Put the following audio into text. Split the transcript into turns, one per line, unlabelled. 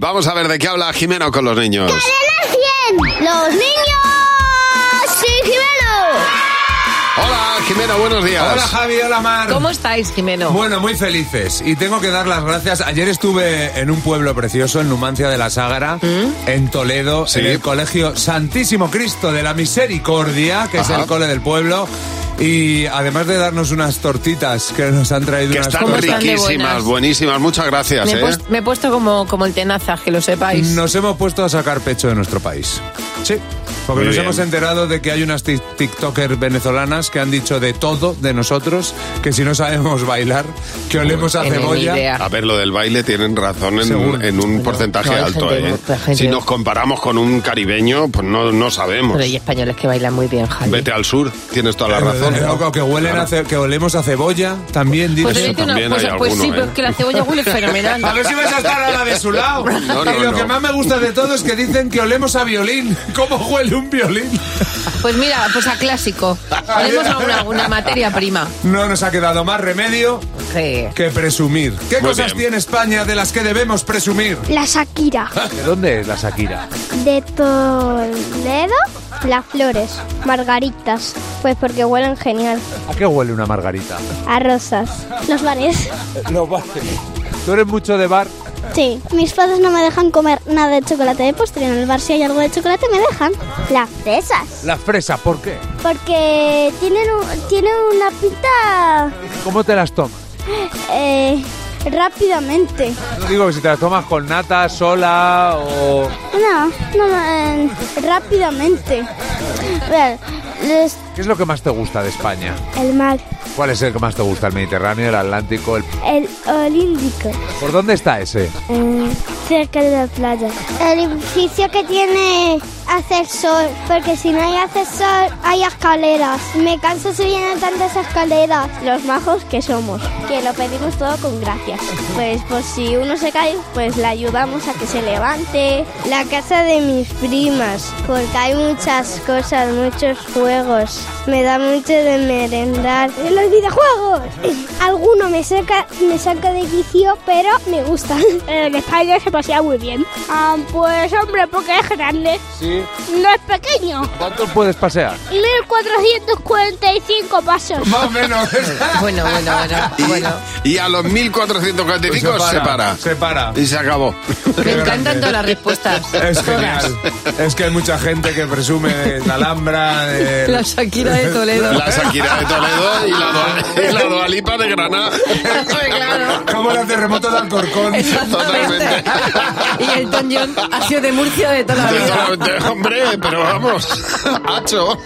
Vamos a ver de qué habla Jimeno con los niños.
¡Los niños! ¡Sí,
Hola, Jimeno, buenos días.
Hola Javi, hola Mar.
¿Cómo estáis, Jimeno?
Bueno, muy felices. Y tengo que dar las gracias. Ayer estuve en un pueblo precioso, en Numancia de la Ságara, en Toledo,
Sí.
en el colegio Santísimo Cristo de la Misericordia, que es
Ajá.
el cole del pueblo. Y además de darnos unas tortitas que nos han traído
Que
unas
están
¿Cómo
tortas,
están de
riquísimas,
buenas?
buenísimas. Muchas gracias,
me, he
¿eh?
puest- me he puesto como, como el tenaza, que lo sepáis.
nos hemos puesto a sacar pecho de nuestro país. Sí. Porque
Muy
nos
bien.
hemos enterado de que hay unas tic- TikTokers venezolanas que han dicho de todo de nosotros, que si no sabemos bailar, que olemos a
Tienen ni
cebolla.
idea.
A ver, lo del baile tienen razón en,
Seguro.
en un
Bueno,
porcentaje
no, hay
alto,
gente-
¿eh?
hay gente-
Si nos comparamos con un caribeño, pues no, no sabemos.
Pero hay españoles que bailan muy bien, Javi.
Vete al sur, tienes toda la
Eh,
razón.
eh, o que, huelen a ce- que olemos a cebolla también,
Pues,
dice.
Eso
te digo una
también hay
cosa, pues
alguno,
sí,
¿eh?
pero es que la cebolla huele fenomenal.
A ver si vais a estar a la de su lado.
No, no,
y lo
no.
que más me gusta de todo es que dicen que olemos a violín. ¿Cómo huele un violín?
Pues mira, pues a clásico. Tenemos alguna, una materia prima.
No nos ha quedado más remedio
Que-
que presumir. ¿Qué
Muy
cosas
bien.
tiene España de las que debemos presumir?
La Shakira.
Ah, ¿De dónde es la Shakira?
De Toledo, las flores, margaritas. Pues porque huelen genial.
¿A qué huele una margarita?
A rosas. Los bares.
Los bares. ¿Tú eres mucho de bar?
Sí. Mis padres no me dejan comer nada de chocolate de postre. En el bar si hay algo de chocolate me dejan. Las fresas.
Las fresas, ¿por qué?
Porque tienen, tienen una pinta
¿Cómo te las tomas?
eh, rápidamente.
No digo que si te las tomas con nata, sola o...
No, no, rápidamente.
¿Qué es lo que más te gusta de España?
el mar,
¿Cuál es el que más te gusta? ¿El Mediterráneo, el Atlántico? El...
el olímpico.
¿Por dónde está ese?
cerca de la playa. El edificio que tiene ascensor, porque si no hay ascensor hay escaleras. Me canso subiendo tantas escaleras. Los majos que somos, que lo pedimos todo con gracias. Pues por si uno se cae, pues le ayudamos a que se levante. La casa de mis primas, porque hay muchas cosas, muchos juegos. Me da mucho de merendar. ¡Los videojuegos! Alguno me saca, me saca de quicio, pero me gusta.
En España se pasea muy bien. Ah, pues hombre, porque es grande,
Sí.
no es pequeño.
¿Cuánto puedes pasear?
1445 pasos.
Más o menos.
Bueno, bueno, bueno.
Y,
bueno.
y a los 1445 se para.
Pues Se para.
Y se acabó.
Me encantan todas las respuestas.
Es
todas.
genial. Es que hay mucha gente que presume de la Alhambra, de...
La Shakira de Toledo.
La Shakira de Toledo y la, Dua- y la Dua Lipa de Granada.
claro.
Como el terremoto de Alcorcón.
Exactamente.
Totalmente.
Y el John ha sido de Murcia de toda la vida.
Hombre, pero vamos. Hacho.